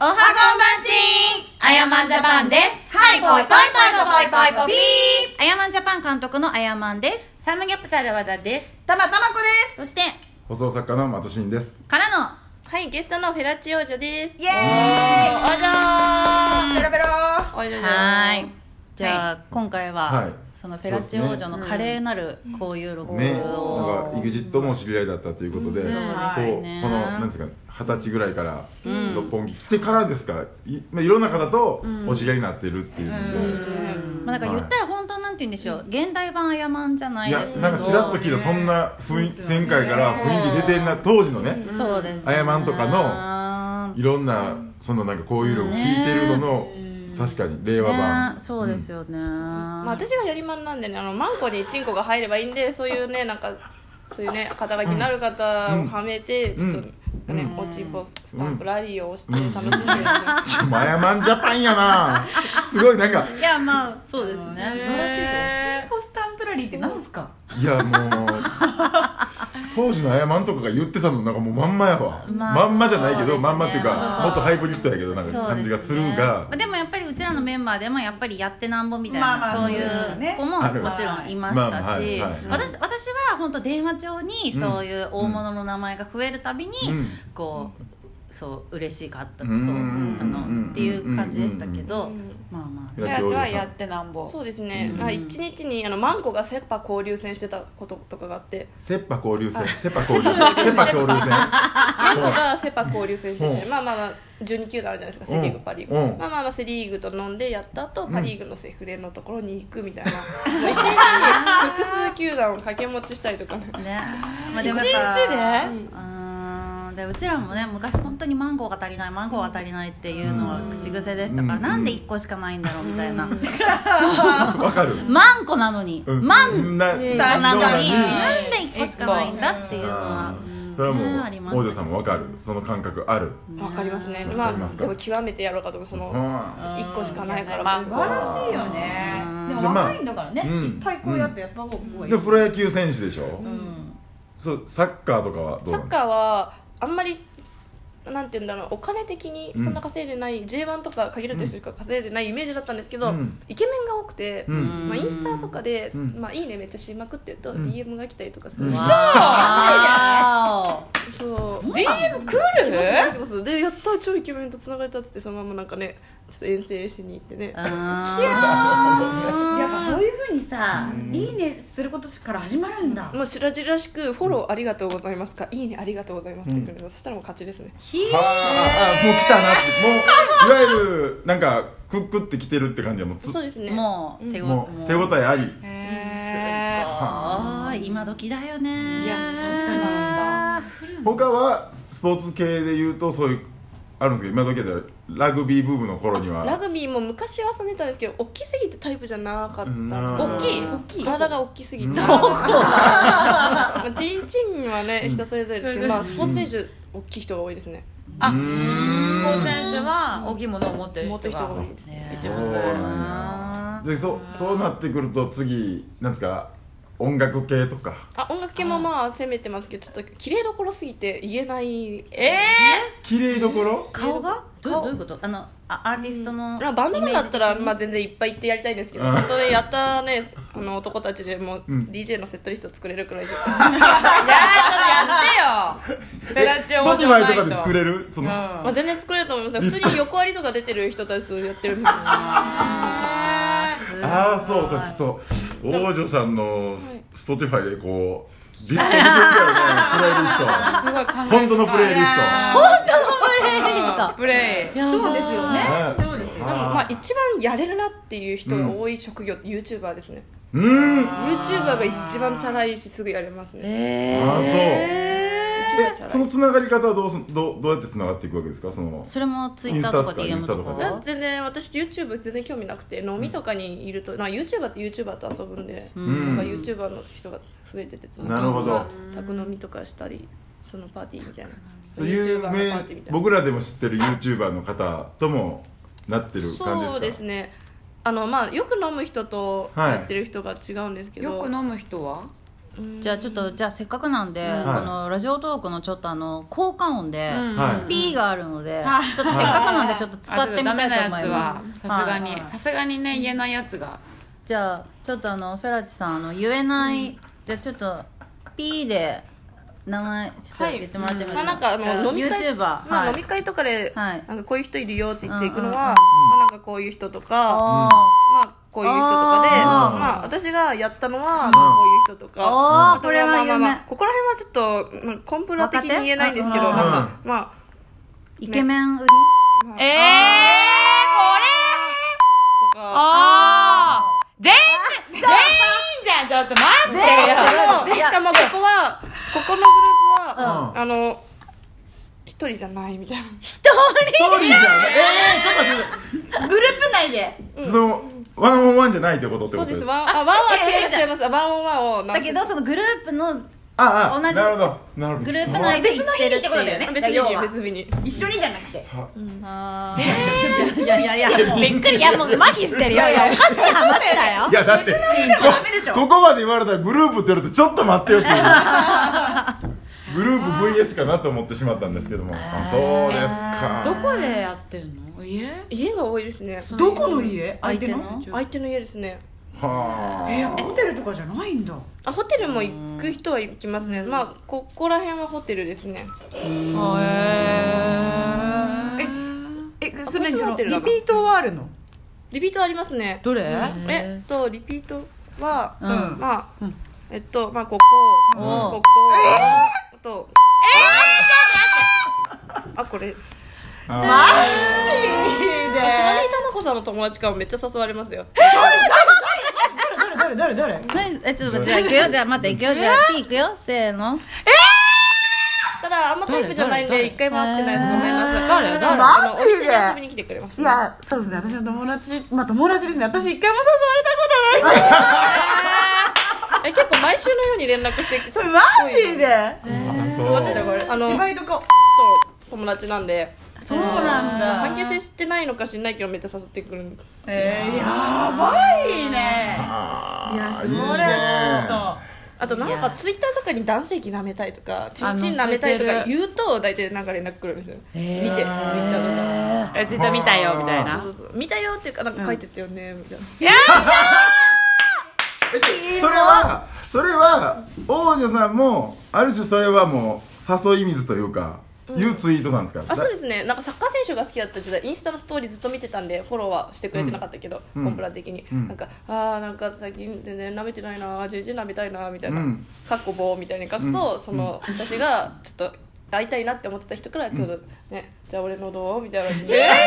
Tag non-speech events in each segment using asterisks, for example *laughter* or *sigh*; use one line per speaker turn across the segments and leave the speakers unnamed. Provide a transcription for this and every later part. おはこんばんち
あやまんジャパンです
はい、ぽいぽいぽいぽいぽいぽいぽい
ーアヤマンジャパン監督のあやまんです
サムギャプサル和田です。
たまたまこです
そして
放送作家のマトシンです。
からの
はい、ゲストのフェラチオージョです。
イエ
おじゃ
ーイペロペロ
ー。おじゃじゃ
は
ー
いじゃあ、今回は、
はい
そのフェラチオ王女の華麗なる交友録を、
ね、なんか EXIT も知り合いだったということで、
そうです
こう
ね
このなんですか二十歳ぐらいから六本木来てからですから、いまあいろんな方とお知り合いになってるっていうので、
まあ、だから言ったら本当なんて言うんでしょう、現代版あやまんじゃない
い
で
や
すけど
なんかちらっと聞いたそんな雰囲気前回から雰囲気出てんな当時のね、
そうです
あやまんとかの
の
いろんなそのなんかこういうのを聞いてるのの、確かに令和版、
ね、そうですよね、
まあ、私がやりまんなんでね、あの、マンコにチンコが入ればいいんで、そういうね、なんか、そういうね、肩書きになる方をはめて、ちょっと、ね、落ちぼスタンプラリーをして楽しんでるんですよ。
うん、マヤマンジャパンやなすごいなんか
いやまあそうですね、
え
ポスタンプラリーって何すか
いやもう当時のあやまんとかが言ってたのなんかもうまんまやわ、
まあ
まんまじゃないけ
そうです
ど、
ね
まんまっていう
そうそう
かもっとハイブリッドやけどなんか
そう
感
です
じ
ね
がするが
まあでもやっぱりうちらのメンバーでもやっぱりやってなんぼみたいな、
まあま
そ
あ
うい
ね
う子も
ある
もちろんいまし
まあまあ
た
は
し
いはい
私私は本当電話帳にそういう大物の名前が増えるたびに、
うん
こうそう嬉しかった
う
そ
ん
う
うん
あのっていう感じでしたけど、
うん
まあまあ
や
じゃあやってなんぼ
そうですね、
うん
まあ一日にあのマンコがセッパ交流戦してたこととかがあって
セッパ交流戦セッパ交流戦セッパ交流戦
マンコがセ・パ交流戦してて、
うん
まあまあまあ12球団あるじゃないですかセ・リーグ
うん
パ・リーグ、
うん
まあまあまあセ・リーグと飲んでやった後
ん
パ・リーグのセフレのところに行くみたいな、もう一日に複数球団を掛け持ちしたりとかね
ね、まあ、でもやっぱ
1
うーんでうちらもね昔本当にマンゴーが足りないマンゴーが足りないっていうのは口癖でしたから、
うん
なんで1個しかないんだろうみたいな、
わかる
マンコなのに、
うん
マン
な
ね
なのに
なのに
なんで1個しかないんだっていうのは
あーそれは
ねありま
も
す
う王女さんもわかるその感覚ある
わかりますね
わ
ま
かりま
あ
す
で
か
も極めてやろうかと思うその
う
一個しかないから
素晴らしいよねでも若いんだからね
うん
いっぱいこうやってやった方が
ん
いい
でもプロ野球選手でしょ
うん
そうサッカーとかはどうな
サ
の
ッカーはあんまりなんて言うんだろうお金的にそんな稼いでない、J1 とか限られた人しか稼いでないイメージだったんですけど、
うん
イケメンが多くて、
うん
まあ、インスタとかで「
うん
まあ、いいね」めっちゃしまくってると、
ん
DM が来たりとかする、
うん
わ
そう
DM 来
来ます来ますでやった超イケメンとつながれたっつってそのままなんかねちょっと遠征しに行ってね
ーおあー
やっぱそういうふうにさいいねすることから始まるんだ
もう白々しく「フォローありがとうございます」か「いいねありがとうございます」ってくれた、そしたらもう勝ちですね
はああもう来たなってもういわゆるなんかクックって来てるって感じはもうつ
そうですね
もう手ご
もう手応
え
えあり
へ
あー今時だよね
いや確かになん
だ
他はスポーツ系で言うとそういうあるんですけど今時でラグビーブームの頃には
ラグビーも昔は遊んでたんですけど大きすぎてタイプじゃなかった
うん
大きい
大
きい
体が大きす *laughs* ぎて
うん
まあチンチンはね人それぞれですけど、まあ、スポーツ選手大きい人が多いですね
あ
スポーツ選手は大きいものを持ってる
持って
人
る人が多
が
いですね
一
そう
番
なんやでそそうなってくると次なんですか音楽系とか
あ音楽系もまあ攻めてますけどちょっと綺麗どころすぎて言えないえ
綺麗どころ
顔がどうどういうことあのあアーティストの
まあ、バンドマンだったら、まあ、全然いっぱい行ってやりたいんですけど
うん
本当にやったねあの男たちでもう
うん
DJ のセットリスト作れるく
*laughs*
らいで、
やーちょっとやってよペラチオ
Spotify とかで作れるその
まあ、全然作れると思います普通に横割りとか出てる人たちとやってるん
*laughs*
で
ああそうそうちょっと王女さんのスポティファイでこうリスト見てるよねプレイリス
すごい考え
ト本当のプレイリスト
プレイリスト
プレイ
そうですよね
ね
そうですよ
でも
あー
まあ一番やれるなっていう人が多い職業って YouTuber ですね、
うーんあ
YouTuber が一番チャラいしすぐやれますね
あそうえ
チャラい
そのつながり方はどうすどうどうやってつながっていくわけですかその
それもツイッターとか
イン
DM
ス
と
タ
か
とか
いや全然私 YouTube 全然興味なくて飲みとかにいると、なんか YouTuber って YouTuber と遊ぶんで、
ん
なんか YouTuber の人が増えてて
なるほど
まあ宅飲みとかしたりそのパーティーみたいな
そう有
YouTuber のパー
名
ティーみたいな
僕らでも知ってる YouTuber の方ともなってる感じですか
そうですねあのまあよく飲む人と
はい
やってる人が違うんですけど、
よく飲む人は
じゃあちょっとじゃあせっかくなんで、
はい
このラジオトークのちょっとあの効果音で、
はい
ピーがあるので、ちょっとせっかくなんでちょっと使ってみたいと思いま
あ
す。
とダメなやつはさすが
はい
にさすがにね言えないやつが
じゃあちょっとあのフェラチさんあの言えない、じゃあちょっとピーで名前ちょっと言ってもらってもいいです
まあなんかあの飲み会
YouTuber
まあ
はい
飲み会とかで、
はい
なんかこういう人いるよって言っていくの
うんうんうん
は、まあなんかこういう人とか、
あ
まあこういう人とかで、
あ
ー
まあ私がやったのは、まあこういう人と
ー
か、
あ
あ
ー
と
これ
ま
は
あま
有
あまあ
名
ここら辺はちょっと、まあ、コンプラ的
若手
に言えないんですけ
あ
ど、
うん
なんか、まあ、
イケメン売り
まあ
えー、これ
とか、
あー全然全員じゃんちょっと待ってよ
しかもここは、ここのグループは、
うん
あの、一人じゃないみたいな。
一人じゃんえー、ちょっと待って
グループ内で
そのワンオンワンじゃないってことって
そ
こ
う
と
です。
か
ワン、あ、ワンは
違う
違います、違います。ワンオンワンを、なん
だけどそのグループの
ああ
同じ
なるほどなるほど
グループ内で言ってるっていう
別の日にってことだよね
別
だから要
に、
は
別に。
一緒にじゃなくて
さ
あーいやいやいやびっくりいやもう麻痺してるよいやおかしい話だよ
いやだってこここまで言われたらグループって言われてちょっと待ってよっていうグループ VS かなと思ってしまったんですけどもあそうですか
どこでやってるの家
家が多いですね。
そ
どこの家相手の
相手の家ですね。
はあ
えー、ホテルとかじゃないんだ
あ、ホテルも行く人は行きますね。まあ、ここら辺はホテルですね。
へえ
えそれ
こ
そ
っちもホ
の
テ
リ
ル
ピ
だな
ートはあるの
リピートありますね。
どれ
ん
えっと、リピートは、
うん、
まあ、えっと、まあ、ここ、
お
ここ、あと、あ、これ。ち
あ
なみに、たまこさんの友達からもめっちゃ誘われますよ。
どれどれどれ
何えちょっと待ってじゃあ行くよじゃあ待って行くよじゃあピー行くよせーの
ただ、あんまタイプじゃないんで、一回も会ってないです。ごめんなさい。た
誰
だ
誰
あの、お
マジで
店に遊びに来てくれます。
いやそうですね私の友達まあ友達ですね私一回も誘われたことない
え、結構毎週のように連絡してきて、ちょっと、
マジで
そう
あの、
芝居とか
と友達なんで、
そうなんだ
関係性知ってないのか知んないけど、めっちゃ誘ってくる。
えー、やばいねいや
あ
そ
ー
れ
いいね
はちょっと
あとなんかツイッターとかに男性器舐めたいとかチンチン舐めたいとか言うと大体なんか連絡来るんですよ見てツイッターとか
えずっと見たよみた
そ
い
う
な
そうそう見たよっていうかなんか書いてたよねみたいな
えでそれはそれは王女さんもある種それはもう誘い水というか、いうツイートなんですか
あそうですねなんかサッカー選手が好きだった時代インスタのストーリーずっと見てたんでフォローはしてくれてなかったけど、
うん
コンプラ的に、
うん
なんかああなんか最近全然舐めてないな十字舐めたいなみたいな、
うん
かっこ棒みたいに書くと、その私がちょっと会いたいなって思ってた人からちょうど、ねじゃあ俺のどうみたいな感じで、えー、やだ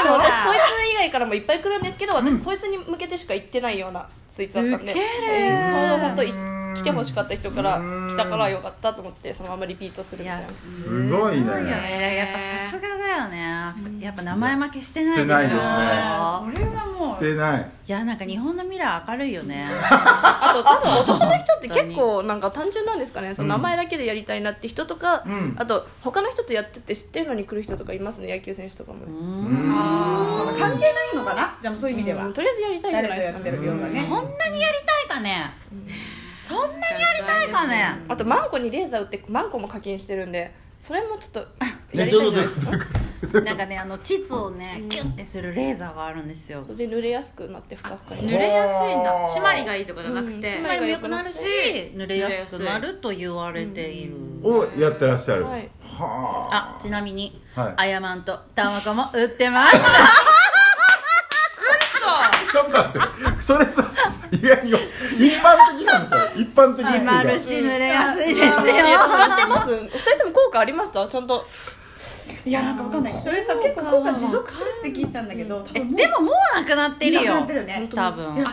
やだ私そいつ以外からもいっぱい来るんですけど私、そいつに向けてしか行ってないようなツイートだったんで、えーちょうど本当い来てほしかった人から来たからよかったと思ってそのままリピートするみたいな。
すごいね
ねやっぱさすがだよねやっぱ名前負けしてないでしょ
してないですね
これはも
してない
いやなんか日本の未来明るいよね
あと多分男の人って結構なんか単純なんですかねその名前だけでやりたいなって人とか、
ん
あと他の人とやってて知ってるのに来る人とかいますね野球選手とかも、
う
うん
ん
う関係ないのかなでもそういう意味では、
とりあえずやりたいじゃ
誰
な
と
いです
や
か
って
ね
るようが
そ
ね、
んなにやりたいかねそんなにやりたいかね
あとマンコにレーザー打ってマンコも課金してるんでそれもちょっとや
え
り
どう
たい
い
じ
うこ
ゃない
と
ですか
なんかねあの膣をねキュッてするレーザーがあるんですよ
それで濡れやすくなってふかふかに
濡れやすいんだ締まりがいいとかじゃなくて
うん
締まりも良くなるし濡れやすくなると言われている
をやってらっしゃる
はい
は
あちなみに
はい
あやまんとたまこも売ってます
ちょっと待ってそれさ意外に一般的なんですよ一般的っていうか
し濡れやすいですよ
いや使ってます二人とも効果ありましたちゃんと
いやなんかわかんないそれさ結構効果持続するって聞いてたんだけど多分もう
でももうなくなってる
なくな
よ
ってるね
多分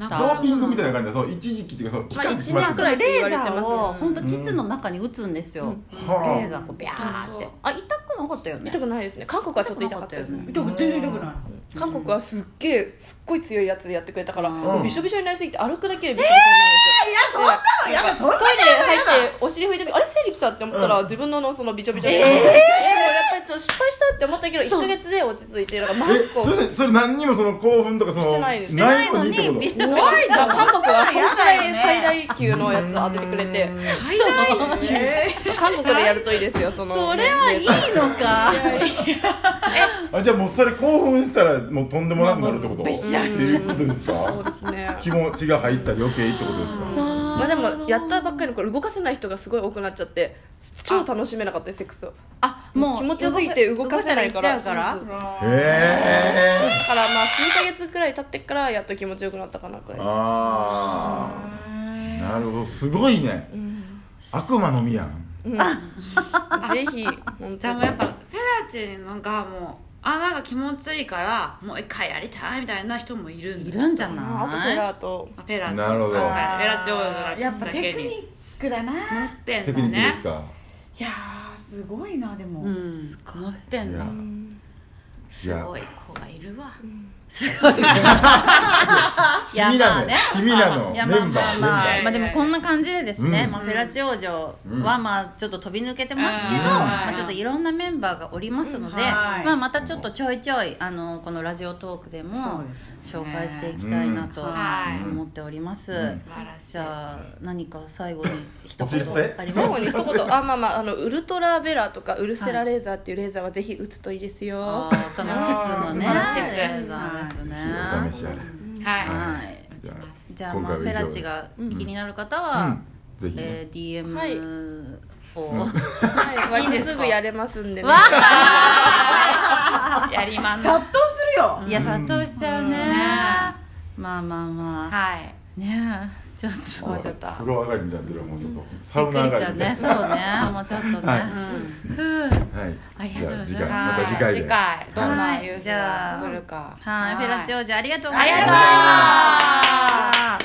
ドーピングみたいな感じでその一時期っていうかその期間にしま
まあ
す
一年
そ
よ
れレーザーを本当膣の中に打つんですよ、
はあ
レーザーこうビャーってあ痛くなかったよね
痛くないですね韓国はちょっと痛かったですね
痛く全然痛くない
韓国はすっげえすっごい強いやつでやってくれたから、もうびしょびしょになりすぎて歩くだけでびしょびしょになるんですよ、いやそんなのやだトイレ入ってお尻拭いてあれ生理来たって思ったら、自分のそのびしょびしょに、えー、えこれやっぱりちょっと失敗したって思ったけど1か月で落ち着いてだからマン
え
コ
それそれ何にもその興奮とかその
してないです
ないのにってこと
怖いじゃん韓国はそんくらい
やだよね
最大級のやつ当ててくれてそう韓国でやるといいですよそのそれはいい
あじゃあもうそれ興奮したらもうとんでもなくなるってこと
べしゃ
っていうことです
そう
か
ですね
気持ちが入ったら余計ってことですか
まあでもやったばっかりの頃動かせない人がすごい多くなっちゃって超楽しめなかったですセックスを
あもう
気持ちよすぎて動かせないから
動せら行っちゃう
そう
か
そう
へえ
だからまあ数ヶ月くらい経ってからやっと気持ちよくなったかなくらい
ああなるほどすごいね
うん
悪魔の実やん
うん *laughs* ぜひ本
じ
当
ゃあもうやっぱセラチンなんかもうあなんか気持ちいいからもう一回やりたいみたいな人もいるん
い
だ
るんじゃ
あとセ
な
ラーと
あペラ
なるほど
確かにペラチオだ
やっぱテ
け
クニ
に
ックだな
テ
テクニックですか
いやーすごいなでも、
いすごい持ってん
いや
だ
い
す
や
ごい子がいるわ
君らの君らの
い
メ
や
ン
まあ
バ
まあ
ー
まあ、
メン
まあ、でもこんな感じでですね、
うん
まあ、フェラチオ嬢
うん
はまあちょっと飛び抜けてますけど、
うん
まあ、ちょっといろんなメンバーがおりますので、
うんはい
まあ、またちょっとちょいちょいあのこのラジオトークでも紹介していきたいなと
うんはい
思っております、
素晴らしい
じゃあ何か最後に一
お知らせ
言あり
最
ま
後
す
に一言あまあまああのウルトラベラとかウルセラレーザーっていうレーザーはぜひ打つといいですよ、
あーその膣のねレ
あー
ーザーです
バー
ね
お試しあれ
は
はい
い打ちます
じゃあまあフ
今
ェ
回は以上
ラチが気になる方
う
は、
んぜひね
えー、DM
はい
を、
はい、割とすぐやれますんでね
やります
殺到するよ
いや殺到しちゃうね、まあまあまあ
はい
ねえちょっと
もうちょっと風呂上がりみたいになってるもうちょっとサウナ
び
上
っくり
が
した
りみた
ね
いな
そうねもうちょっとね、
はい
ふう
はい
ありがとうございます
じゃあ次
아,
回また次回で
次回どんな
はい
友情
じゃあ
が来るか
はい、フェラチオージありがとうご
あ
ざ
り
い
が
まし
とうございます
た